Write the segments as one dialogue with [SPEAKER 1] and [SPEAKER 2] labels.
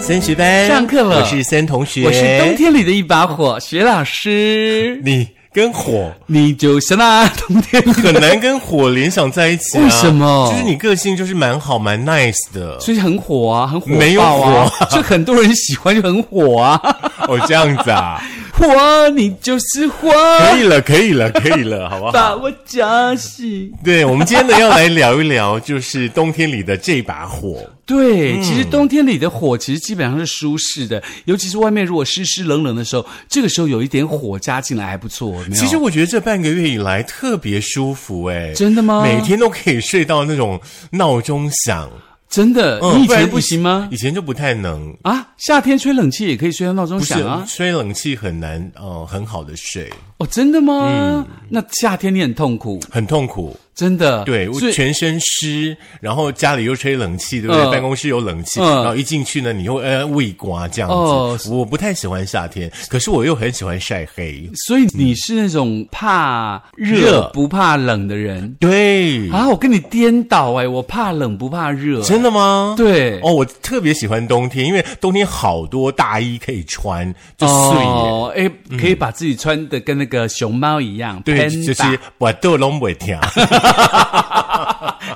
[SPEAKER 1] 森学班
[SPEAKER 2] 上课了
[SPEAKER 1] 我是森同学，
[SPEAKER 2] 我是冬，天里的一把火，徐老师，
[SPEAKER 1] 你跟火
[SPEAKER 2] 你就像那冬天里。
[SPEAKER 1] 很难跟火联想在一起、啊，
[SPEAKER 2] 为什么
[SPEAKER 1] 就是你个性就是蛮好蛮 nice 的，
[SPEAKER 2] 所以很火啊，很火爆啊，
[SPEAKER 1] 没有 火
[SPEAKER 2] 就很多人喜欢，就很火 啊，
[SPEAKER 1] 哦这样子啊，
[SPEAKER 2] 火你就是火，
[SPEAKER 1] 可以了，可以了，可以了，好不
[SPEAKER 2] 把
[SPEAKER 1] 好？
[SPEAKER 2] 我加熄。
[SPEAKER 1] 对，我们今天呢要来聊一聊，就是冬天里的这把火。嗯
[SPEAKER 2] 对，其实冬天里的火其实基本上是舒适的，尤其是外面如果湿湿冷冷的时候，这个时候有一点火加进来还不错。有没有
[SPEAKER 1] 其实我觉得这半个月以来特别舒服哎、
[SPEAKER 2] 真的吗
[SPEAKER 1] 每天都可以睡到那种闹钟响。
[SPEAKER 2] 真的，
[SPEAKER 1] 嗯
[SPEAKER 2] 你以
[SPEAKER 1] 不然
[SPEAKER 2] 前不行吗？
[SPEAKER 1] 以前就不太能，
[SPEAKER 2] 啊，夏天吹冷气也可以吹到闹钟
[SPEAKER 1] 不是
[SPEAKER 2] 响啊！
[SPEAKER 1] 吹冷气很难，呃，很好的睡，
[SPEAKER 2] 哦，真的
[SPEAKER 1] 嗯
[SPEAKER 2] 吗？那夏天你很痛苦，
[SPEAKER 1] 很痛苦。
[SPEAKER 2] 真的。
[SPEAKER 1] 对，
[SPEAKER 2] 所以
[SPEAKER 1] 全身湿，然后家里又吹冷气，对不对？
[SPEAKER 2] 嗯
[SPEAKER 1] 办公室有冷气，
[SPEAKER 2] 嗯
[SPEAKER 1] 然后一进去呢，你又呃胃刮这样子。
[SPEAKER 2] 哦
[SPEAKER 1] 我不太喜欢夏天，可是我又很喜欢晒黑。
[SPEAKER 2] 所以你是那种怕热
[SPEAKER 1] 热
[SPEAKER 2] 不怕冷的人
[SPEAKER 1] 对，
[SPEAKER 2] 啊？我跟你颠倒哎、我怕冷不怕热、
[SPEAKER 1] 真的吗？。
[SPEAKER 2] 对。
[SPEAKER 1] 哦，我特别喜欢冬天，因为冬天好多大衣可以穿，就碎耶。
[SPEAKER 2] 哦，哎，可以把自己穿的跟那个熊猫一样，
[SPEAKER 1] 对，
[SPEAKER 2] Panda
[SPEAKER 1] 就是我都拢不听。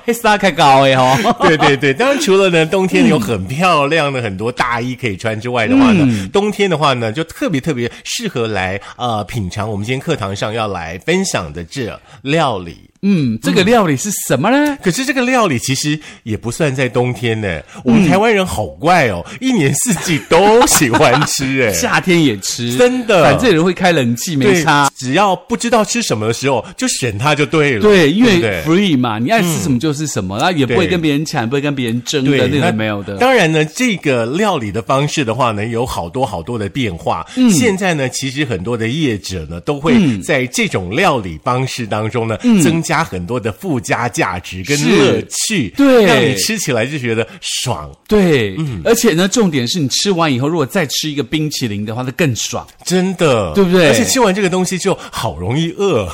[SPEAKER 2] 黑沙开高哎 哦，
[SPEAKER 1] 对对对，当然除了呢冬天有很漂亮的很多大衣可以穿之外的话呢，
[SPEAKER 2] 嗯
[SPEAKER 1] 冬天的话呢就特别特别适合来呃品尝我们今天课堂上要来分享的这料理。
[SPEAKER 2] 嗯，这个料理是什么呢？
[SPEAKER 1] 可是这个料理其实也不算在冬天呢，我们台湾人好怪哦，
[SPEAKER 2] 嗯
[SPEAKER 1] 一年四季都喜欢吃 哎。
[SPEAKER 2] 夏天也吃，
[SPEAKER 1] 真的
[SPEAKER 2] 反正有人会开冷气，没
[SPEAKER 1] 对
[SPEAKER 2] 差。，
[SPEAKER 1] 只要不知道吃什么的时候，就选它就对了。
[SPEAKER 2] 对，因
[SPEAKER 1] 不对嗯
[SPEAKER 2] 为 free 嘛，你爱吃什么就是什么，然后也不会跟别人抢，不会跟别人争的，那
[SPEAKER 1] 那
[SPEAKER 2] 种没有的。
[SPEAKER 1] 当然呢，这个料理的方式的话呢，有好多好多的变化。
[SPEAKER 2] 嗯
[SPEAKER 1] 现在呢，其实很多的业者呢，都会在这种料理方式当中呢，增加很多的附加价值跟
[SPEAKER 2] 嗯是
[SPEAKER 1] 乐趣，
[SPEAKER 2] 对
[SPEAKER 1] 让你吃起来就觉得爽，
[SPEAKER 2] 对，
[SPEAKER 1] 嗯
[SPEAKER 2] 而且呢，重点是你吃完以后，如果再吃一个冰淇淋的话，那更爽
[SPEAKER 1] 真的，
[SPEAKER 2] 对不对
[SPEAKER 1] 而且吃完这个东西就好容易 饿，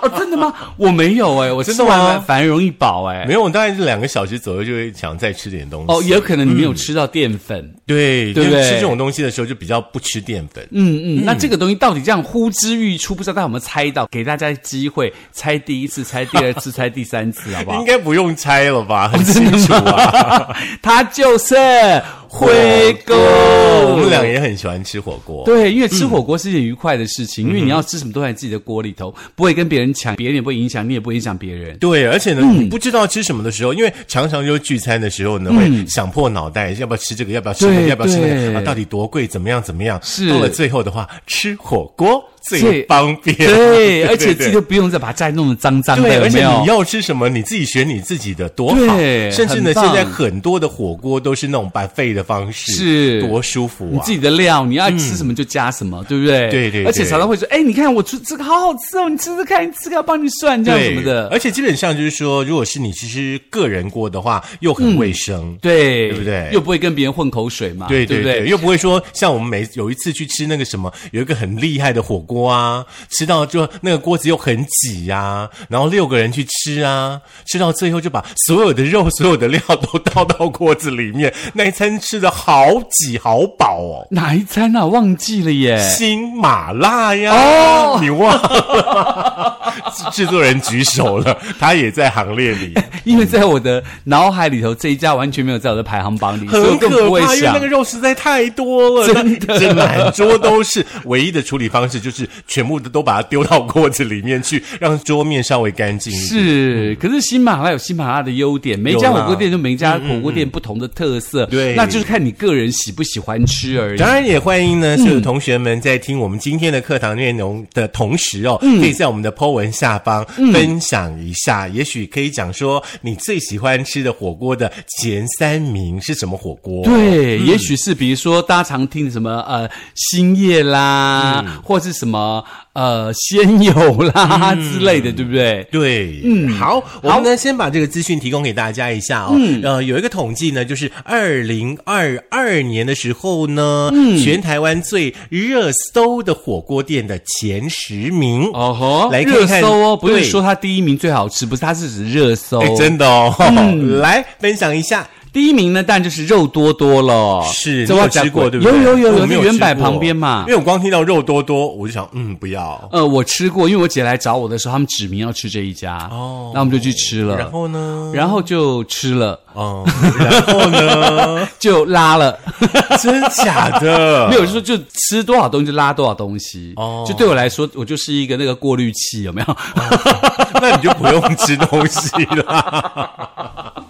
[SPEAKER 2] 哦！真 的吗？我没有哎、我
[SPEAKER 1] 真
[SPEAKER 2] 吃
[SPEAKER 1] 的
[SPEAKER 2] 完
[SPEAKER 1] 吗
[SPEAKER 2] 反反而容易饱哎、
[SPEAKER 1] 没有，我大概是两个小时左右就会想再吃点东西。
[SPEAKER 2] 哦，也有可能你没有吃到淀粉。
[SPEAKER 1] 对，
[SPEAKER 2] 对不
[SPEAKER 1] 就
[SPEAKER 2] 对
[SPEAKER 1] 吃这种东西的时候就比较不吃淀粉。
[SPEAKER 2] 嗯嗯，那这个东西到底这样呼之欲出，不知道大家有没有猜到？给大家机会猜第一次，猜第二次，猜第三次，好不好
[SPEAKER 1] 应？该不用猜了吧，很清楚啊。
[SPEAKER 2] 它就是回锅。
[SPEAKER 1] 我们俩也很喜欢吃火锅。
[SPEAKER 2] 对，因为吃火锅是一件愉快的事
[SPEAKER 1] 嗯
[SPEAKER 2] 情，因为你要吃什么都在自己的锅里头，不会跟别人抢，别人也不会影响，你也不会影响别人。
[SPEAKER 1] 对，而且呢，你
[SPEAKER 2] 嗯
[SPEAKER 1] 不知道吃什么的时候，因为常常就聚餐的时候呢，会想破脑袋，要不要吃这个，要不要吃那个，
[SPEAKER 2] 嗯对
[SPEAKER 1] 要不要吃那
[SPEAKER 2] 对
[SPEAKER 1] 个，啊，到底多贵，怎么样，怎么样？
[SPEAKER 2] 是
[SPEAKER 1] 到了最后的话，吃火锅最
[SPEAKER 2] 最
[SPEAKER 1] 方便，
[SPEAKER 2] 对，而且
[SPEAKER 1] 对
[SPEAKER 2] 自己都不用再把家里弄得脏脏的，
[SPEAKER 1] 对，而
[SPEAKER 2] 有
[SPEAKER 1] 且
[SPEAKER 2] 没
[SPEAKER 1] 你
[SPEAKER 2] 有？
[SPEAKER 1] 要吃什么，你自己选你自己的，多好。
[SPEAKER 2] 对
[SPEAKER 1] 甚至呢，现
[SPEAKER 2] 很棒
[SPEAKER 1] 在很多的火锅都是那种白费的方式，
[SPEAKER 2] 是
[SPEAKER 1] 多舒服
[SPEAKER 2] 你
[SPEAKER 1] 啊
[SPEAKER 2] 自！己的料，你要吃什么就加什么，对不对？
[SPEAKER 1] 嗯对对
[SPEAKER 2] 而且
[SPEAKER 1] 对
[SPEAKER 2] 常常会说，哎，你看我吃这个好好吃哦，你吃吃看，你吃个帮你算这样什么的。
[SPEAKER 1] 而且基本上就是说，如果是你其实个人锅的话，又
[SPEAKER 2] 嗯
[SPEAKER 1] 很卫生。
[SPEAKER 2] 对，
[SPEAKER 1] 对不对
[SPEAKER 2] 又不会跟别人混口水嘛，
[SPEAKER 1] 对
[SPEAKER 2] 啊
[SPEAKER 1] 对
[SPEAKER 2] 对不
[SPEAKER 1] 对，又不会说像我们每有一次去吃那个什么，有一个很厉害的火锅啊，吃到就那个锅子又很挤呀、然后六个人去吃啊，吃到最后就把所有的肉、所有的料都倒到锅子里面，那一餐吃的好挤好饱哦。
[SPEAKER 2] 哪一餐啊？忘记了耶。
[SPEAKER 1] 新麻辣呀！
[SPEAKER 2] 哦
[SPEAKER 1] 你忘了？ 制作人举手了，他也在行列里，
[SPEAKER 2] 因为在我的脑海里头，这一家完全没有在我的排行榜里，所以我
[SPEAKER 1] 很
[SPEAKER 2] 更
[SPEAKER 1] 可
[SPEAKER 2] 不会
[SPEAKER 1] 怕，因为
[SPEAKER 2] 想
[SPEAKER 1] 那个。肉实在太多了，
[SPEAKER 2] 真
[SPEAKER 1] 的， 这满桌都是。唯一的处理方式就是全部都把它丢到锅子里面去，让桌面稍微干净一点。
[SPEAKER 2] 是，可是新马拉有新马拉的优点，每一家
[SPEAKER 1] 嗯有啦嗯
[SPEAKER 2] 火锅店就每一家火锅店不同的特色，
[SPEAKER 1] 对
[SPEAKER 2] 那就是看你个人喜不喜欢吃而已。
[SPEAKER 1] 当然也欢迎
[SPEAKER 2] 嗯
[SPEAKER 1] 呢，所有同学们在听我们今天的课堂内容的同时哦，
[SPEAKER 2] 嗯
[SPEAKER 1] 可以在我们的 Po 文下方分享一下，也许可以讲说你最喜欢吃的火锅的前三名是什么火锅？
[SPEAKER 2] 对，也许是比如说大家常听的什么呃星夜啦，或是什么呃仙友啦、之类的，对不对？
[SPEAKER 1] 对，嗯，好，我们呢先把这个资讯提供给大家一下哦。
[SPEAKER 2] 嗯
[SPEAKER 1] 呃，有一个统计呢，就是二零二二年的时候呢，
[SPEAKER 2] 嗯
[SPEAKER 1] 全台湾最热搜的火锅店的前十名。
[SPEAKER 2] 哦吼，
[SPEAKER 1] 来看
[SPEAKER 2] 热
[SPEAKER 1] 看
[SPEAKER 2] 搜哦，不是
[SPEAKER 1] 对
[SPEAKER 2] 说它第一名最好吃，不是，它是指热搜。
[SPEAKER 1] 哎，真的哦，
[SPEAKER 2] 嗯
[SPEAKER 1] 来分享一下。
[SPEAKER 2] 第一名呢，当然就是肉多多了。
[SPEAKER 1] 是，
[SPEAKER 2] 这
[SPEAKER 1] 你
[SPEAKER 2] 我
[SPEAKER 1] 有
[SPEAKER 2] 讲
[SPEAKER 1] 吃过对不对？
[SPEAKER 2] 有有有
[SPEAKER 1] 我
[SPEAKER 2] 有，
[SPEAKER 1] 没
[SPEAKER 2] 在
[SPEAKER 1] 有
[SPEAKER 2] 原
[SPEAKER 1] 吃
[SPEAKER 2] 百
[SPEAKER 1] 过
[SPEAKER 2] 旁边嘛
[SPEAKER 1] 因。为我光听到肉多多，我就想，嗯，不要。
[SPEAKER 2] 呃，我吃过，因为我姐来找我的时候，他们指名要吃这一家，
[SPEAKER 1] 哦
[SPEAKER 2] 那我们就去吃了，
[SPEAKER 1] 然后呢？
[SPEAKER 2] 然后就吃了，
[SPEAKER 1] 嗯，然后呢？
[SPEAKER 2] 就拉了，
[SPEAKER 1] 真假的？
[SPEAKER 2] 没有，就是就吃多少东西就拉多少东西。
[SPEAKER 1] 哦嗯
[SPEAKER 2] 就对我来说，我就是一个那个过滤器，有没有？
[SPEAKER 1] 那你就不用吃东西了。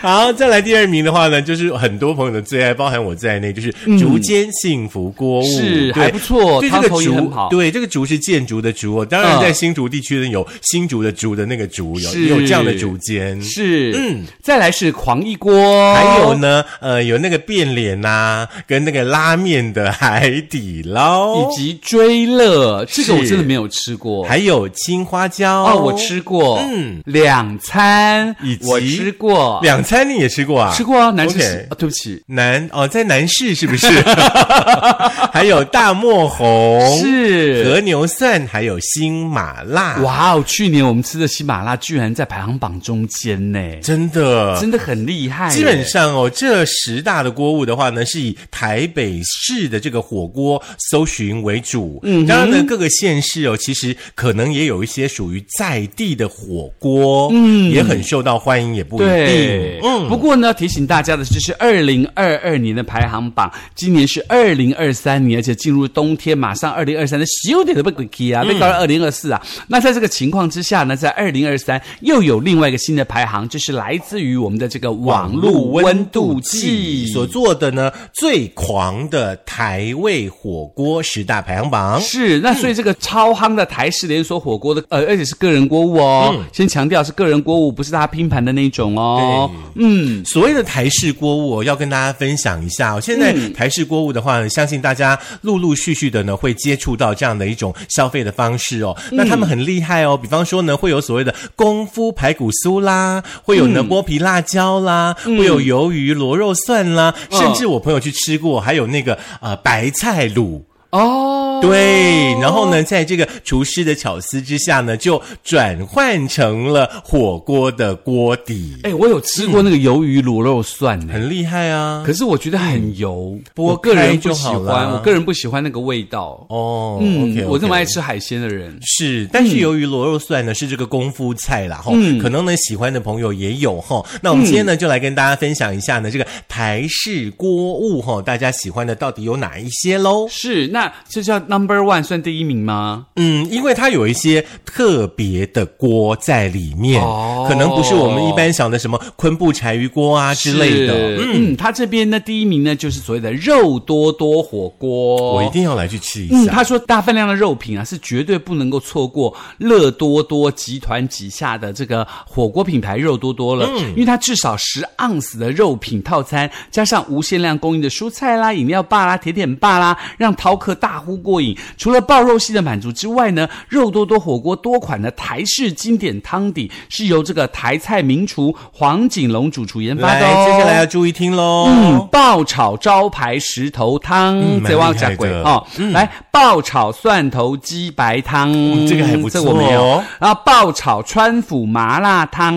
[SPEAKER 1] 好，再来第二名的话呢，就是很多朋友的最爱，包含我在内，就是竹间幸福锅物，
[SPEAKER 2] 嗯
[SPEAKER 1] 对
[SPEAKER 2] 是还不错
[SPEAKER 1] 对这个
[SPEAKER 2] 汤头也很好
[SPEAKER 1] 竹，对这个竹是建筑的竹哦，当然
[SPEAKER 2] 嗯
[SPEAKER 1] 在新竹地区呢，有新竹的竹的那个竹，有
[SPEAKER 2] 是
[SPEAKER 1] 也有这样的竹间。
[SPEAKER 2] 是，嗯，再来是狂一锅，
[SPEAKER 1] 还有呢，呃，有那个变脸呐、跟那个拉面的海底捞
[SPEAKER 2] 以，及追乐，这个我
[SPEAKER 1] 是
[SPEAKER 2] 真的没有吃过。
[SPEAKER 1] 还有青花椒
[SPEAKER 2] 哦，我吃过，
[SPEAKER 1] 嗯
[SPEAKER 2] 嗯，两餐
[SPEAKER 1] 以及
[SPEAKER 2] 我吃过，
[SPEAKER 1] 两餐，你也吃过啊？
[SPEAKER 2] 吃过啊，男生
[SPEAKER 1] OK
[SPEAKER 2] 是啊，对不起，
[SPEAKER 1] 南哦，在南市是不 是？还有大漠红，
[SPEAKER 2] 是。
[SPEAKER 1] 和牛蒜，还有新麻辣，，
[SPEAKER 2] 哇哦！去年我们吃的喜马拉居然在排行榜中间呢，
[SPEAKER 1] 真的。
[SPEAKER 2] 真的很厉害耶。
[SPEAKER 1] 啊基本上哦，这十大的锅物的话呢，是以台北市的这个火锅搜寻为主。嗯，当然呢，各个县市哦，其实可能也有一些属于在地的火锅，嗯，也很受到欢迎，也不一定
[SPEAKER 2] 对。，嗯。不过呢，提醒大家的是，这是二零二二年的排行榜，今年是二零二三年，而且进入冬天，马上二零二三的有点都不 quick 啊，被搞到二零二四啊。那在这个情况之下呢，在二零二三又有另外一个新的排行，就是来自于我们的这个网络温度计
[SPEAKER 1] 所做的呢最狂的台味火锅十大排行榜。
[SPEAKER 2] 是，那所以这个超夯的台式连锁火锅的，呃，而且是个人锅物哦。先强调是个人锅物，不是大家拼盘的那种哦。嗯，
[SPEAKER 1] 所谓的台式锅物、哦，要跟大家分享一下哦。现在
[SPEAKER 2] 嗯
[SPEAKER 1] 台式锅物的话呢，相信大家陆陆续续的呢会接触到这样的一种消费的方式哦。
[SPEAKER 2] 嗯
[SPEAKER 1] 那他们很厉害哦，比方说呢，会有所谓的功夫排骨酥
[SPEAKER 2] 嗯
[SPEAKER 1] 啦，会有呢剥皮辣椒啦，会有鱿鱼螺肉蒜啦，
[SPEAKER 2] 嗯
[SPEAKER 1] 甚至我朋友去吃过，还有那个呃白菜卤。
[SPEAKER 2] 哦，
[SPEAKER 1] 对，然后呢，在这个厨师的巧思之下呢，就转换成了火锅的锅底，
[SPEAKER 2] 哎、我有吃过那个鱿鱼卤肉蒜呢、
[SPEAKER 1] 很厉害啊！
[SPEAKER 2] 可是我觉得很油，
[SPEAKER 1] 拨
[SPEAKER 2] 我个
[SPEAKER 1] 嗯开
[SPEAKER 2] 人
[SPEAKER 1] 就
[SPEAKER 2] 不喜
[SPEAKER 1] 好
[SPEAKER 2] 欢，
[SPEAKER 1] 啦
[SPEAKER 2] 我个人不喜欢那个味道。
[SPEAKER 1] 哦，
[SPEAKER 2] 嗯
[SPEAKER 1] OK，
[SPEAKER 2] 我这么
[SPEAKER 1] OK
[SPEAKER 2] 爱吃嗯海鲜的人，
[SPEAKER 1] 是，但是由于螺肉蒜呢是这个功夫菜啦，哈、
[SPEAKER 2] 嗯
[SPEAKER 1] 可能呢喜欢的朋友也有哈。那我们今天呢、就来跟大家分享一下呢这个台式锅物哈，大家喜欢的到底有哪一些喽？
[SPEAKER 2] 是那这叫 number one 算第一名吗？
[SPEAKER 1] 嗯，因为它有一些特别的锅在里面，
[SPEAKER 2] 哦
[SPEAKER 1] 可能不是我们一般想的什么昆布柴鱼锅啊之类的。
[SPEAKER 2] 是嗯，他这边呢第一名呢就是所谓的肉多多火锅，
[SPEAKER 1] 我一定要来去吃一
[SPEAKER 2] 嗯，
[SPEAKER 1] 下。
[SPEAKER 2] 他说大分量的肉品啊，是绝对不能够错过乐多多集团旗下的这个火锅品牌肉多多了，
[SPEAKER 1] 嗯
[SPEAKER 2] 因为它至少十盎司的肉品套餐，加上无限量供应的蔬菜啦、饮料吧啦、甜点吧啦，让饕客大呼过瘾。除了爆肉系的满足之外呢，肉多多火锅多款的台式经典汤底是由这个台菜名厨黄景龙主厨研发
[SPEAKER 1] 来
[SPEAKER 2] 的、哦。，
[SPEAKER 1] 接下来要注意听喽。
[SPEAKER 2] 嗯，爆炒招牌石头汤
[SPEAKER 1] 嗯，
[SPEAKER 2] 这忘讲
[SPEAKER 1] 蛮
[SPEAKER 2] 鬼
[SPEAKER 1] 厉害的嗯
[SPEAKER 2] 哦。来，爆炒蒜头鸡白汤，
[SPEAKER 1] 这个还不
[SPEAKER 2] 这我没
[SPEAKER 1] 错
[SPEAKER 2] 有
[SPEAKER 1] 哦。
[SPEAKER 2] 然后爆炒川府麻辣汤，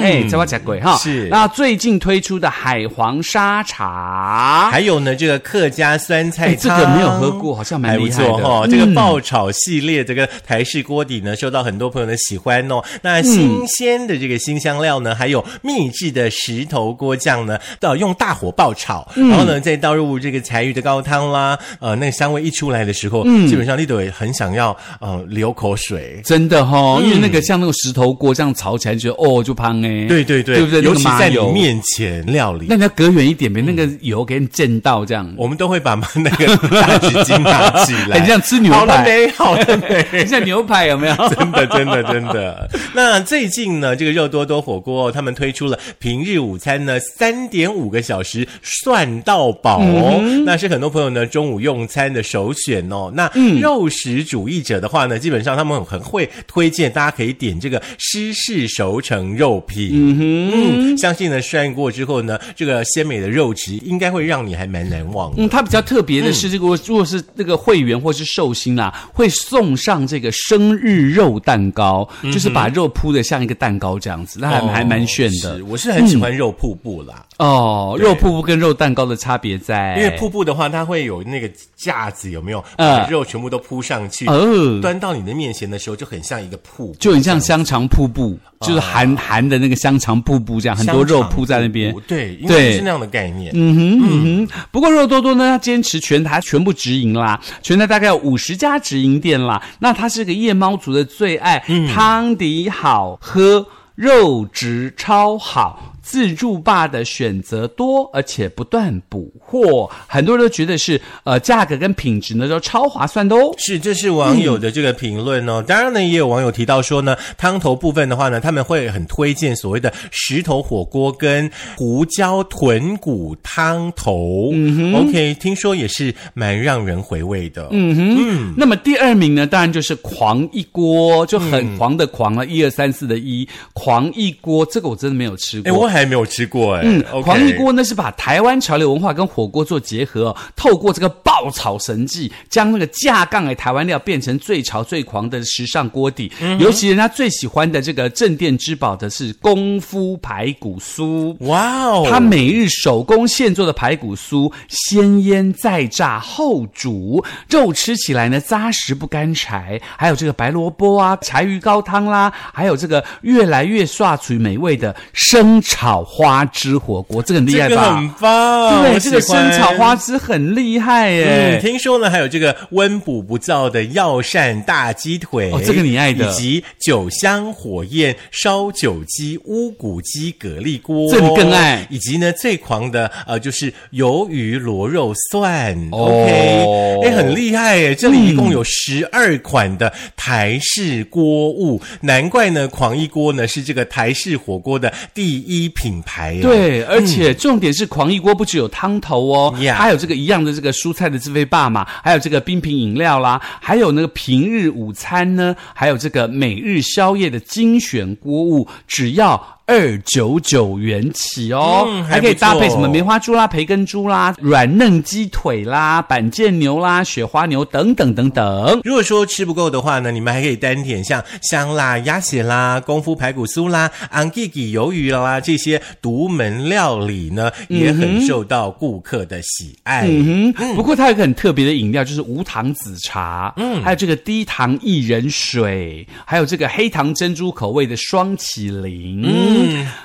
[SPEAKER 2] 哎，这忘讲鬼哈。
[SPEAKER 1] 嗯是
[SPEAKER 2] 那最近推出的海皇沙茶，
[SPEAKER 1] 还有呢，这个客家酸菜
[SPEAKER 2] 哎这
[SPEAKER 1] 汤，
[SPEAKER 2] 个没有喝过好像蛮
[SPEAKER 1] 还不
[SPEAKER 2] 厉害的嗯
[SPEAKER 1] 错哦。这个爆炒系列，这个台式锅底呢，受到很多朋友的喜欢哦。那新鲜的这个新香料呢，还有秘制的石头锅酱呢，到用大火爆炒，
[SPEAKER 2] 嗯
[SPEAKER 1] 然后呢，再倒入这个柴鱼的高汤啦，呃，那个香味一出来的时候，
[SPEAKER 2] 嗯
[SPEAKER 1] 基本上立朵也很想要呃流口水。
[SPEAKER 2] 真的哈，
[SPEAKER 1] 嗯
[SPEAKER 2] 因为那个像那个石头锅这样炒起来，就觉得哦就胖哎。
[SPEAKER 1] 对对对，
[SPEAKER 2] 对不对？
[SPEAKER 1] 尤其
[SPEAKER 2] 那个麻
[SPEAKER 1] 在你
[SPEAKER 2] 油，
[SPEAKER 1] 面前料理。
[SPEAKER 2] 那你要隔远一点，别那个油给你溅到这样。哎
[SPEAKER 1] 我们都会把那个 大纸巾拿起 来，
[SPEAKER 2] 很像吃牛
[SPEAKER 1] 好了
[SPEAKER 2] 排
[SPEAKER 1] 没？好了没？
[SPEAKER 2] 像牛排有没有？
[SPEAKER 1] 真的，真的，真的。那最近呢，这个肉多多火锅、哦、他们推出了平日午餐呢三点五个小时涮到饱哦，那是很多朋友呢中午用餐的首选哦。那肉食主义者的话呢，基本上他们很会推荐大家可以点这个湿式熟成肉品。嗯相信呢涮过之后呢，这个鲜美的肉质应该会让你还蛮难忘的。嗯
[SPEAKER 2] 嗯嗯，它比较特别的是，这个如果是那个会员员或是寿星啦，会送上这个生日肉蛋糕，就是把肉铺的像一个蛋糕这样子，那还、还蛮
[SPEAKER 1] 嗯
[SPEAKER 2] 炫
[SPEAKER 1] 哦
[SPEAKER 2] 的
[SPEAKER 1] 是我是很喜欢肉瀑布啦，
[SPEAKER 2] 哦。肉瀑布跟肉蛋糕的差别在，
[SPEAKER 1] 因为瀑布的话，它会有那个架子，有没有？
[SPEAKER 2] 呃
[SPEAKER 1] 把肉全部都铺上去，
[SPEAKER 2] 哦
[SPEAKER 1] 端到你的面前的时候，就很像一个瀑布，
[SPEAKER 2] 就很像香肠瀑布，就是
[SPEAKER 1] 哦
[SPEAKER 2] 含含的那个香肠瀑布这样，很多肉铺在那边
[SPEAKER 1] 香肠瀑。布对，应该
[SPEAKER 2] 对
[SPEAKER 1] 是那样的概念。
[SPEAKER 2] 嗯哼，不过肉多多呢，它坚持全台全部直营啦，全台大概有五十家直营店啦。那它是个夜猫族的最爱，
[SPEAKER 1] 嗯
[SPEAKER 2] 汤底好喝，肉质超好。自助吧的选择多，而且不断补货，很多人都觉得是呃价格跟品质呢都超划算的哦。
[SPEAKER 1] 是，这是网友的这个评论哦。当然呢，也有网友提到说呢，汤头部分的话呢，他们会很推荐所谓的石头火锅跟胡椒豚骨汤头。嗯 OK，听说也是蛮让人回味的。嗯，
[SPEAKER 2] 那么第二名呢，当然就是狂一锅，就
[SPEAKER 1] 嗯
[SPEAKER 2] 很狂的狂了，一二三四的一，狂一锅，这个我真的没有吃
[SPEAKER 1] 哎，
[SPEAKER 2] 过。
[SPEAKER 1] 我还没有吃过哎。
[SPEAKER 2] 嗯
[SPEAKER 1] OK
[SPEAKER 2] 狂一锅呢是把台湾潮流文化跟火锅做结合、哦，透过这个爆炒神技，将那个架杠的台湾料变成最潮最狂的时尚锅底。尤其人家最喜欢的这个镇店之宝的是功夫排骨酥。
[SPEAKER 1] 哇哦，
[SPEAKER 2] 他每日手工现做的排骨酥，先腌再炸后煮，肉吃起来呢扎实不干柴，还有这个白萝卜啊、柴鱼高汤啦，还有这个越来越刷嘴美味的生炒花枝火锅，这个很厉
[SPEAKER 1] 这
[SPEAKER 2] 害
[SPEAKER 1] 个
[SPEAKER 2] 吧
[SPEAKER 1] 很？棒，
[SPEAKER 2] 对，
[SPEAKER 1] 我
[SPEAKER 2] 这个
[SPEAKER 1] 喜欢
[SPEAKER 2] 生炒花。枝很厉害
[SPEAKER 1] 嗯，
[SPEAKER 2] 耶。
[SPEAKER 1] 听说呢，还有这个温补不燥的药膳大鸡腿，
[SPEAKER 2] 哦这个你爱的
[SPEAKER 1] 以及酒香火焰烧酒鸡、乌骨鸡蛤蜊锅，
[SPEAKER 2] 这你更爱
[SPEAKER 1] 以及呢最狂的呃就是鱿鱼螺肉蒜、
[SPEAKER 2] 哦
[SPEAKER 1] o k 哎，很厉害耶！这里一共有十二款的台式锅物，难怪呢狂一锅呢是这个台式火锅的第一品牌耶，
[SPEAKER 2] 对，而且重点是狂一锅不只有汤头哦，
[SPEAKER 1] 嗯 Yeah
[SPEAKER 2] 还有这个一样的这个蔬菜的自费霸嘛，还有这个冰品饮料啦，还有那个平日午餐呢，还有这个每日宵夜的精选锅物，只要。二九九元起哦，
[SPEAKER 1] 嗯还
[SPEAKER 2] 还可以
[SPEAKER 1] 不错
[SPEAKER 2] 搭配什么梅花猪啦、培根猪啦、软嫩鸡腿啦、板腱牛啦、雪花牛等等等等。
[SPEAKER 1] 如果说吃不够的话呢，你们还可以单点像香辣鸭血啦、功夫排骨酥啦、昂吉吉鱿鱼啦这些独门料理呢，也很受到顾客的喜爱。
[SPEAKER 2] 嗯哼，不过它有一个很特别的饮料，就是无糖紫茶，嗯，还有这个低糖薏仁水，还有这个黑糖珍珠口味的双起灵，
[SPEAKER 1] 嗯，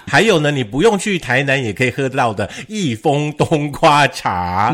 [SPEAKER 1] 还有呢，你不用去台南也可以喝到的益丰冬瓜茶，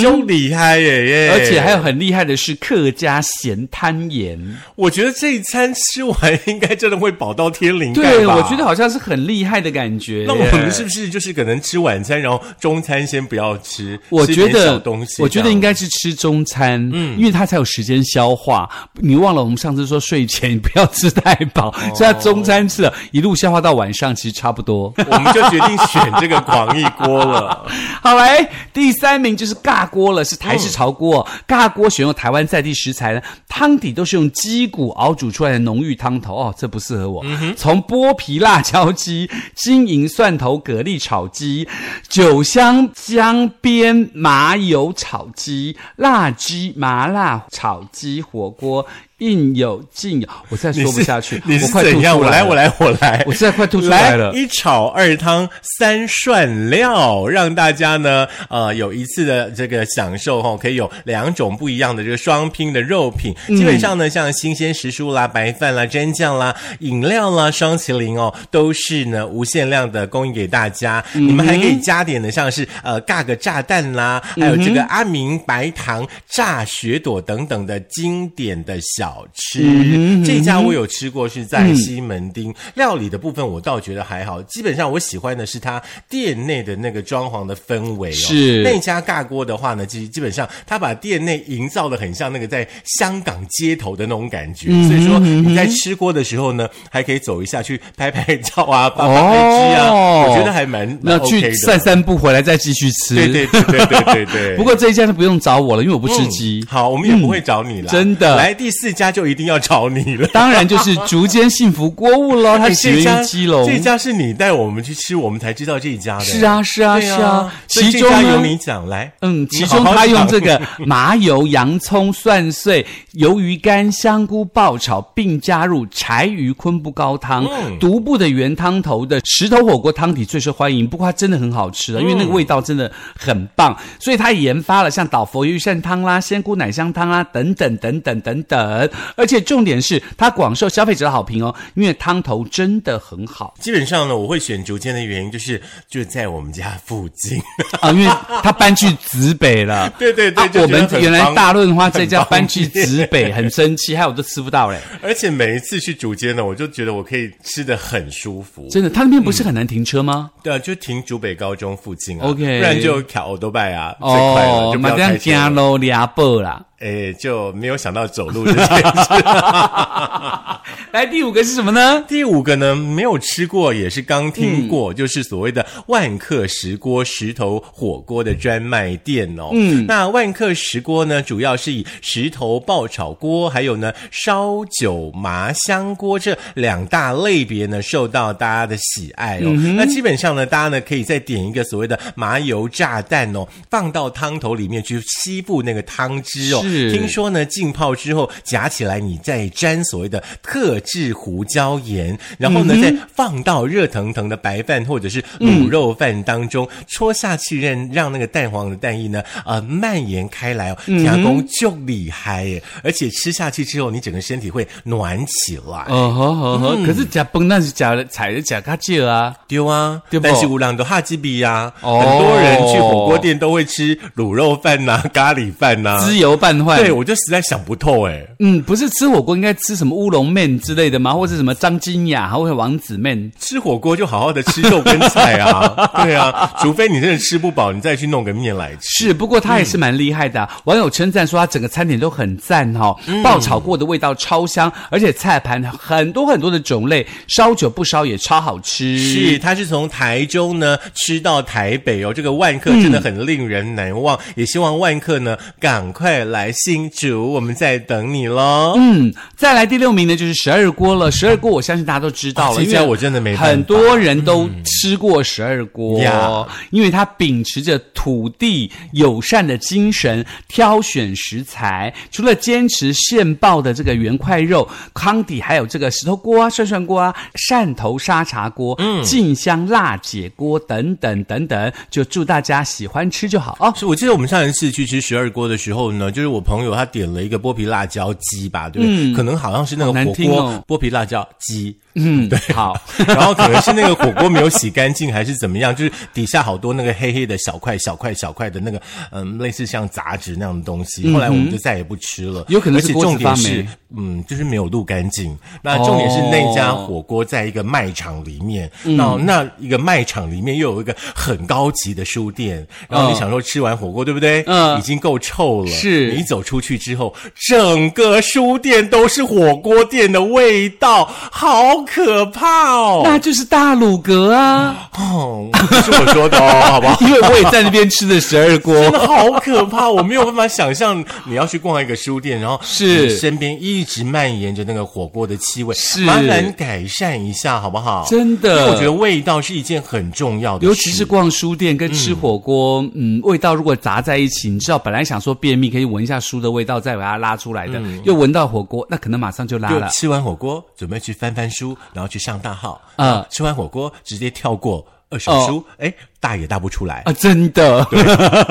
[SPEAKER 1] 就厉害耶耶！
[SPEAKER 2] 嗯而且还有，很厉害的是客家咸汤盐，
[SPEAKER 1] 我觉得这一餐吃完应该真的会饱到天灵盖吧。
[SPEAKER 2] 对我觉得好像是很厉害的感觉。
[SPEAKER 1] 那我们是不是就是可能吃晚餐，然后中餐先不要吃？
[SPEAKER 2] 我
[SPEAKER 1] 吃
[SPEAKER 2] 觉
[SPEAKER 1] 点小
[SPEAKER 2] 得
[SPEAKER 1] 东西，
[SPEAKER 2] 我觉得应
[SPEAKER 1] 该。
[SPEAKER 2] 该是吃中餐，嗯，因为它才有时间消化。你忘了我们上次说睡前不要吃太饱，所以它中餐吃了一路消化到晚上，其实差不多。
[SPEAKER 1] 我们就决定选这个广义锅 了。
[SPEAKER 2] 好来，第三名就是尬锅了，是台
[SPEAKER 1] 嗯
[SPEAKER 2] 式潮锅、哦。尬锅选用台湾在地食材呢，汤底都是用鸡骨熬煮出来的浓郁汤头哦，这不适合我。
[SPEAKER 1] 嗯
[SPEAKER 2] 从剥皮辣椒鸡、金银蒜头蛤蜊炒鸡、酒香江边麻油炒鸡、辣鸡麻辣炒鸡火锅，应有尽有。我再说不下去，
[SPEAKER 1] 你
[SPEAKER 2] 我
[SPEAKER 1] 是
[SPEAKER 2] 快吐
[SPEAKER 1] 怎样？
[SPEAKER 2] 出
[SPEAKER 1] 我来，
[SPEAKER 2] 了
[SPEAKER 1] 我。来，我来，
[SPEAKER 2] 我现在快吐出来了
[SPEAKER 1] 一炒二汤三涮料，让大家呢，呃，有一次的这个享受哈、哦，可以有两种不一样的这个双拼的肉品。
[SPEAKER 2] 嗯
[SPEAKER 1] 基本上呢，像新鲜食蔬啦、白饭啦、蘸酱啦、饮料啦、双麒麟哦，都是呢无限量的供应给大家。
[SPEAKER 2] 嗯
[SPEAKER 1] 你们还可以加点的，像是呃尬个炸弹啦，
[SPEAKER 2] 嗯
[SPEAKER 1] 还有这个阿明白糖炸雪朵等等的经典的小
[SPEAKER 2] 嗯
[SPEAKER 1] 吃。这家我有吃过，是在西门町。料理的部分我倒觉得还好，基本上我喜欢的是它店内的那个装潢的氛围哦。
[SPEAKER 2] 是
[SPEAKER 1] 那家尬锅的话呢，基基本上它把店内营造的很像那个在香港街头的那种感
[SPEAKER 2] 嗯
[SPEAKER 1] 觉，所以说你在吃锅的时候呢，还可以走一下去拍拍照啊，发发 IG 啊，
[SPEAKER 2] 哦
[SPEAKER 1] 我觉得还蛮蛮
[SPEAKER 2] 那
[SPEAKER 1] OK
[SPEAKER 2] 去
[SPEAKER 1] 的。
[SPEAKER 2] 散散步回来再继续吃。
[SPEAKER 1] 对对对对对对对。
[SPEAKER 2] 不过这一家就不用找我了，因为我不吃
[SPEAKER 1] 嗯
[SPEAKER 2] 鸡。嗯
[SPEAKER 1] 好，我们也不会找你了、
[SPEAKER 2] 真的
[SPEAKER 1] 来第四家就一定要找你 了。
[SPEAKER 2] 当然就是竹间幸福锅物喽，它
[SPEAKER 1] 哎
[SPEAKER 2] 起
[SPEAKER 1] 这
[SPEAKER 2] 源
[SPEAKER 1] 家
[SPEAKER 2] 于基 隆。
[SPEAKER 1] 这家是你带我们去吃，我们才知道这一家的。
[SPEAKER 2] 是啊，是啊，
[SPEAKER 1] 对
[SPEAKER 2] 是
[SPEAKER 1] 啊
[SPEAKER 2] 啊，。
[SPEAKER 1] 所以
[SPEAKER 2] 其
[SPEAKER 1] 这
[SPEAKER 2] 中
[SPEAKER 1] 家由
[SPEAKER 2] 呢，
[SPEAKER 1] 你讲来，
[SPEAKER 2] 嗯，
[SPEAKER 1] 你
[SPEAKER 2] 其
[SPEAKER 1] 好
[SPEAKER 2] 中
[SPEAKER 1] 好
[SPEAKER 2] 他用
[SPEAKER 1] 讲
[SPEAKER 2] 这个 麻油、洋葱、蒜碎、鱿鱼干、香菇爆炒，并加入柴鱼昆布高汤、
[SPEAKER 1] 嗯
[SPEAKER 2] 独步的原汤头的石头火锅汤底最受欢迎。不过它真的很好吃啊
[SPEAKER 1] 嗯
[SPEAKER 2] 的，因为那个味道真的很棒，所以他研发了像岛佛鱼扇汤啦、仙菇奶香汤啦等等等等等等。而且重点是，它广受消费者的好评哦，因为汤头真的很好
[SPEAKER 1] 基本上呢，我会选竹间的原因就是就在我们家附近。
[SPEAKER 2] 啊，因为它搬去子北了。
[SPEAKER 1] 对对对，
[SPEAKER 2] 啊，
[SPEAKER 1] 就
[SPEAKER 2] 我
[SPEAKER 1] 觉得
[SPEAKER 2] 们
[SPEAKER 1] 很
[SPEAKER 2] 原来
[SPEAKER 1] 方
[SPEAKER 2] 大润发这家
[SPEAKER 1] 很方
[SPEAKER 2] 搬去
[SPEAKER 1] 便
[SPEAKER 2] 直北，很生气，害我都吃不 到嘞。
[SPEAKER 1] 而且每一次去竹间呢，我就觉得我可以吃的很舒服。
[SPEAKER 2] 真的，他那边不
[SPEAKER 1] 嗯
[SPEAKER 2] 是很难停车吗？
[SPEAKER 1] 对啊，就停竹北高中附近啊
[SPEAKER 2] OK 哦
[SPEAKER 1] 不然就考欧多拜啊，最快了，就不
[SPEAKER 2] 马
[SPEAKER 1] 要
[SPEAKER 2] 上
[SPEAKER 1] 开
[SPEAKER 2] 加
[SPEAKER 1] 车了。
[SPEAKER 2] 喽俩步啦。
[SPEAKER 1] 哎，就没有想到走路这件事。
[SPEAKER 2] 来，第五个是什么呢？
[SPEAKER 1] 第五个呢，没有吃过，也是刚听过，就是所谓的万客石锅石头火锅的专卖店哦。嗯，那万客石锅呢，主要是以石头爆炒锅，还有呢烧酒麻香锅这两大类别呢，受到大家的喜爱哦。那基本上呢，大家呢可以再点一个所谓的麻油炸弹哦，放到汤头里面去吸附那个汤汁哦。
[SPEAKER 2] 是
[SPEAKER 1] 听说。说呢，浸泡之后夹起来，你再沾所谓的特制胡椒盐，然后呢、
[SPEAKER 2] 嗯
[SPEAKER 1] 再放到热腾腾的白饭或者是卤肉饭当中、
[SPEAKER 2] 嗯
[SPEAKER 1] 戳下去让，让那个蛋黄的蛋液呢呃蔓延开来哦，
[SPEAKER 2] 嗯
[SPEAKER 1] 加工就厉害耶！而且吃下去之后，你整个身体会暖起来。
[SPEAKER 2] 哦吼吼
[SPEAKER 1] 嗯
[SPEAKER 2] 吼！可是假崩那是假的，踩的假咖喱啊。
[SPEAKER 1] 丢啊
[SPEAKER 2] 对！不
[SPEAKER 1] 但是乌朗都哈基比呀，
[SPEAKER 2] 哦
[SPEAKER 1] 很多人去火锅店都会吃卤肉饭呐、咖喱饭呐、
[SPEAKER 2] 自由拌换，
[SPEAKER 1] 啊对，我就实在想不透哎。
[SPEAKER 2] 嗯，不是吃火锅应该吃什么乌龙面之类的吗？或者什么张金雅，还会王子面？
[SPEAKER 1] 吃火锅就好好的吃肉跟菜 啊，对啊，除非你真的吃不饱，你再去弄个面来吃。
[SPEAKER 2] 是，不过他也是蛮厉害的啊、网友称赞说他整个餐点都很赞哈、哦，爆炒过的味道超香，而且菜盘很多很多的种类，烧酒不烧也超好吃。
[SPEAKER 1] 是，他是从台中呢吃到台北哦，这个万客真的很令人难忘，
[SPEAKER 2] 嗯
[SPEAKER 1] 也希望万客呢赶快来新竹，我们在等你喽。
[SPEAKER 2] 嗯， 再来第六名呢，就是十二锅了。十二锅，我相信大家都知道了，
[SPEAKER 1] 这家
[SPEAKER 2] 因
[SPEAKER 1] 啊
[SPEAKER 2] 为
[SPEAKER 1] 我真的没办法嗯
[SPEAKER 2] 很多人都吃过十二锅，
[SPEAKER 1] 呀
[SPEAKER 2] 因为它秉持着土地友善的精神，挑选食材，除了坚持现爆的这个原块肉、康底，还有这个石头锅啊、涮涮锅啊、汕头沙茶锅、嗯、酱香辣姐锅等等等等，就祝大家喜欢吃就好哦。
[SPEAKER 1] 是我记得我们上一次去吃十二锅的时候呢，就是我朋友他点了一个剥皮辣椒鸡吧，对不对？可能好像是那个
[SPEAKER 2] 嗯好难
[SPEAKER 1] 火
[SPEAKER 2] 听
[SPEAKER 1] 锅、
[SPEAKER 2] 哦
[SPEAKER 1] 剥皮辣椒鸡。
[SPEAKER 2] 嗯，对，好。
[SPEAKER 1] 然后可能是那个火锅没有洗干净，还是怎么样，就是底下好多那个黑黑的小块、小块、小块的那个，嗯，类似像杂质那样的东西。后来我们就再也不吃了，
[SPEAKER 2] 嗯有可能
[SPEAKER 1] 而
[SPEAKER 2] 是
[SPEAKER 1] 且
[SPEAKER 2] 锅子
[SPEAKER 1] 重点
[SPEAKER 2] 发霉
[SPEAKER 1] 是，嗯，就是没有录干净。那重点是那家
[SPEAKER 2] 哦嗯
[SPEAKER 1] 火锅在一个卖场里面，那、那一个卖场里面又有一个很高级的书店，然后你
[SPEAKER 2] 嗯
[SPEAKER 1] 想说吃完火锅对不对？
[SPEAKER 2] 嗯
[SPEAKER 1] 已经够臭了，
[SPEAKER 2] 是
[SPEAKER 1] 你一走出去之后，整个书店都是火锅店的味道，好可怕哦！
[SPEAKER 2] 那就是大鲁 阁啊，
[SPEAKER 1] 哦，不是我说的哦，好不好？
[SPEAKER 2] 因为我也在那边吃的十二锅。
[SPEAKER 1] 真的好可怕，我没有办法想象你要去逛一个书店，然后
[SPEAKER 2] 是
[SPEAKER 1] 你身边一直蔓延着那个火锅的气味，
[SPEAKER 2] 是
[SPEAKER 1] 麻烦改善一下好不好？
[SPEAKER 2] 真的
[SPEAKER 1] 因为我觉得味道是一件很重要的事，
[SPEAKER 2] 尤其是逛书店跟吃火锅，嗯味道如果杂在一起，你知道，本来想说便秘可以闻一下书的味道，再把它拉出来的，又闻到火锅，那可能马上就拉
[SPEAKER 1] 嗯就
[SPEAKER 2] 了。啊
[SPEAKER 1] 吃完火锅准备去翻翻书，然后去上大号
[SPEAKER 2] 嗯
[SPEAKER 1] 吃完火锅直接跳过二手
[SPEAKER 2] 哦
[SPEAKER 1] 书，哎、大也大不出来。
[SPEAKER 2] 啊，真的。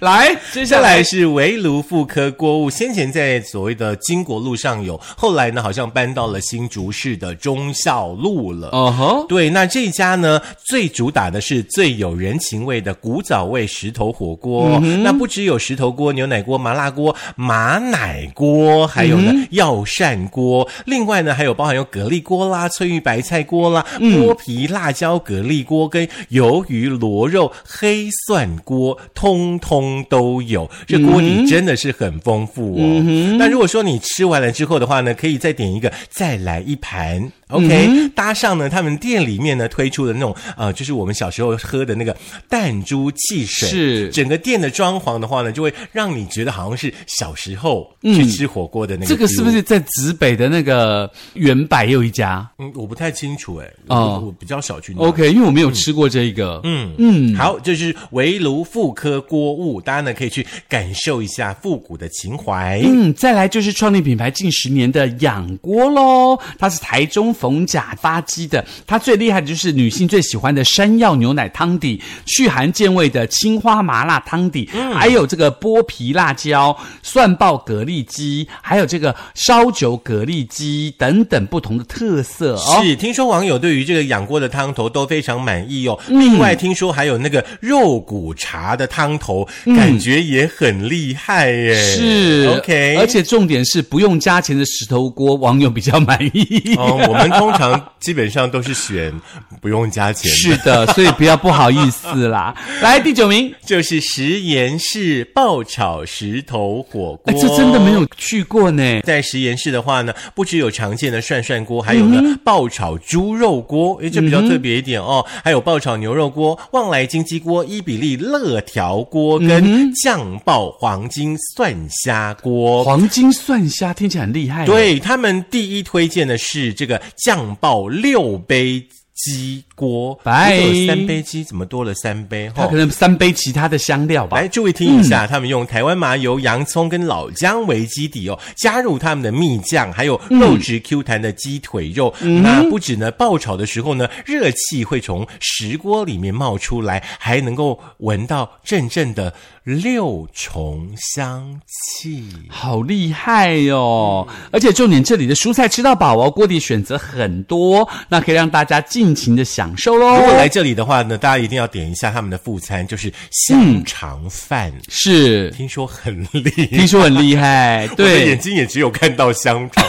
[SPEAKER 2] 来，接
[SPEAKER 1] 接
[SPEAKER 2] 下
[SPEAKER 1] 下
[SPEAKER 2] 来
[SPEAKER 1] 来是围炉妇科锅物，先前在所谓的金国路上有，后来呢好像搬到了新竹市的忠孝路了。
[SPEAKER 2] 哦吼，
[SPEAKER 1] 对，那这家呢，最主打的是最有人情味的古早味石头火锅。那不只有石头锅、牛奶锅、麻辣锅、马奶锅，还有呢、药膳锅。另外呢，还有包含有蛤蜊锅啦、翠玉白菜锅啦、剥皮辣椒蛤蜊锅跟鱿鱼螺肉黑蒜锅，通通都有。
[SPEAKER 2] 嗯
[SPEAKER 1] 这锅底真的是很丰富哦。那如果说你吃完了之后的话呢，可以再点一个，再来一盘。 OK，、搭
[SPEAKER 2] 嗯
[SPEAKER 1] 上呢他们店里面呢推出的那种呃，就是我们小时候喝的那个弹珠汽水，
[SPEAKER 2] 是
[SPEAKER 1] 整个店的装潢的话呢，就会让你觉得好像是小时候去吃火锅的那个、
[SPEAKER 2] 嗯这个是不？是在直北的那个原百也有一家
[SPEAKER 1] 嗯，我不太清楚哎、我
[SPEAKER 2] 哦
[SPEAKER 1] 我比较少去拿。
[SPEAKER 2] ？OK，因为我没有吃过这一个，嗯，
[SPEAKER 1] 嗯，好，这是围炉复刻锅物，大家呢可以去感受一下复古的情怀。
[SPEAKER 2] 嗯，再来就是创立品牌近十年的养锅喽，它是台中逢甲发迹的，它最厉害的就是女性最喜欢的山药牛奶汤底、去寒健胃的青花麻辣汤底，还有这个剥皮辣椒、蒜爆蛤蜊鸡，还有这个烧酒蛤蜊鸡等等不同的特色哦。
[SPEAKER 1] 是，听说网友对于这个养锅的汤头都非常满意哦。
[SPEAKER 2] 嗯
[SPEAKER 1] 另外，听说还有那个肉骨茶的汤头，感觉也很厉害耶。
[SPEAKER 2] 嗯是
[SPEAKER 1] ，OK，
[SPEAKER 2] 而且重点是不用加钱的石头锅，网友比较满意。
[SPEAKER 1] 嗯，我们通常基本上都是选不用加钱的。
[SPEAKER 2] 是的，所以不要不好意思啦。来第九名，
[SPEAKER 1] 就是食盐市爆炒石头火锅，
[SPEAKER 2] 哎，这真的没有去过呢。
[SPEAKER 1] 在食盐市的话呢，不只有常见的涮涮锅，还有呢、
[SPEAKER 2] 嗯
[SPEAKER 1] 爆炒猪肉锅，诶，这比较特别一点哦。还有爆炒牛肉锅、旺来金鸡锅、伊比利乐条锅
[SPEAKER 2] 嗯
[SPEAKER 1] 跟酱爆黄金蒜虾锅。
[SPEAKER 2] 黄金蒜虾听起来很厉害，，
[SPEAKER 1] 对他们第一推荐的是这个酱爆六杯鸡锅，
[SPEAKER 2] 拜
[SPEAKER 1] 如果有三杯鸡怎么多了三杯？
[SPEAKER 2] 它
[SPEAKER 1] 哈
[SPEAKER 2] 可。能三杯其他的香料吧
[SPEAKER 1] 来，。注意听一下，他们用台湾麻油、洋葱跟老姜为基底哦，加入他们的蜜酱，还有肉质 Q 弹的鸡腿肉。那不止呢，爆炒的时候呢，热气会从石锅里面冒出来，还能够闻到阵阵的六重香气。
[SPEAKER 2] 好厉害哟、哦！而且重点，这里的蔬菜吃到饱哦，锅底选择很多，那可以让大家尽情的享受喽
[SPEAKER 1] 如。果来这里的话呢，大家一定要点一下他们的副餐，就是香肠饭，
[SPEAKER 2] 是，
[SPEAKER 1] 听说很厉害
[SPEAKER 2] 听。说很厉害，
[SPEAKER 1] 我的眼
[SPEAKER 2] 对。
[SPEAKER 1] 睛也只有看到香肠，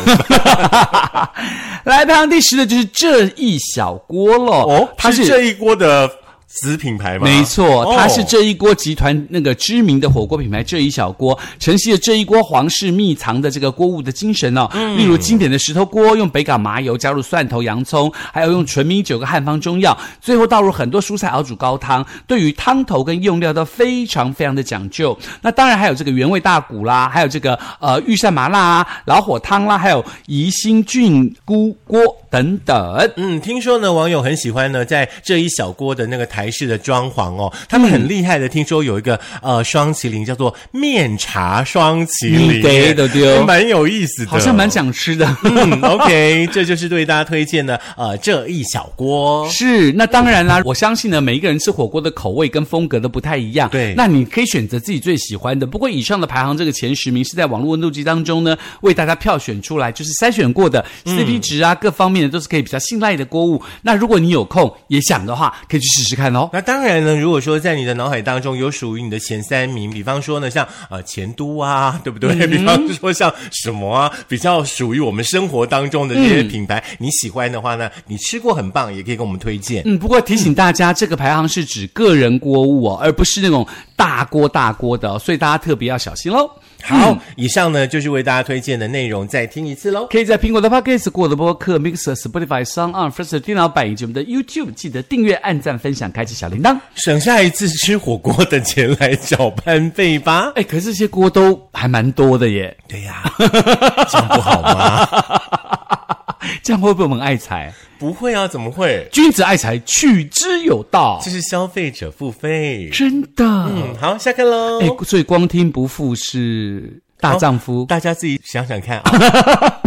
[SPEAKER 2] 来排行第十的就是这一小锅喽，
[SPEAKER 1] 哦，它是这一锅的子品牌吗？
[SPEAKER 2] 没错，它是
[SPEAKER 1] 哦
[SPEAKER 2] 这一锅集团那个知名的火锅品牌这一小锅承袭了这一锅皇室秘藏的这个锅物的精神哦。例如经典的石头锅，用北港麻油加入蒜头、洋葱，哦还有用纯米酒跟汉方中药，最后倒入很多蔬菜熬煮高汤。对于汤头跟用料都非常非常的讲究。那当然还有这个原味大骨啦，还有这个呃御膳麻辣啊、老火汤啦，还有宜兴菌菇锅等等。
[SPEAKER 1] 嗯，听说呢，网友很喜欢呢，在这一小锅的那个台式的装潢哦，他们很厉害的。听说有一个呃双麒麟叫做面茶双麒麟，哎
[SPEAKER 2] 你得的丢
[SPEAKER 1] 蛮有意思的，
[SPEAKER 2] 好像蛮。想吃的。
[SPEAKER 1] 嗯，OK，这就是对大家推荐的呃这一小锅。
[SPEAKER 2] 是，那当然啦，我相信呢，每一个人吃火锅的口味跟风格都不太一样。
[SPEAKER 1] 对
[SPEAKER 2] 那你可以选择自己最喜欢的。不过以上的排行这个前十名是在网络温度计当中呢，为大家票选出来，就是筛选过的 CP 值啊，各方面的都是可以比较信赖的锅物。那如果你有空也想的话，可以去试试看哦。
[SPEAKER 1] 那当然呢，如果说在你的脑海当中有属于你的前三名，比方说呢，像呃前都啊， 对不对？比方说像什么啊，比较属于我们生活当中的这些品牌，你喜欢的话呢，你吃过很棒，也可以跟我们推荐。
[SPEAKER 2] 嗯，不过提醒大家，这个排行是指个人锅物哦，而不是那种大锅大锅的、哦，所以大家特别要小心哦喽。
[SPEAKER 1] 好，以上呢就是为大家推荐的内容，再听一次喽。
[SPEAKER 2] 可以在苹果的 Podcast、过的播客、Mixer、Spotify、s o n g On、First 电脑版以及我们的 YouTube 记得订阅、按赞、分享、开启小铃铛。
[SPEAKER 1] 省下一次吃火锅的钱来搅拌费吧。
[SPEAKER 2] 哎，可是这些锅都还蛮多的耶，
[SPEAKER 1] 对 呀、这样不好吗？
[SPEAKER 2] 这样会不会我们爱财？
[SPEAKER 1] 不会啊，怎么会？
[SPEAKER 2] 君子爱财，取之有道
[SPEAKER 1] 这，是消费者付费。
[SPEAKER 2] 真的。哎
[SPEAKER 1] 嗯，好，下课喽。
[SPEAKER 2] 哎、所以光听不负是大丈夫。
[SPEAKER 1] 大家自己想想看啊。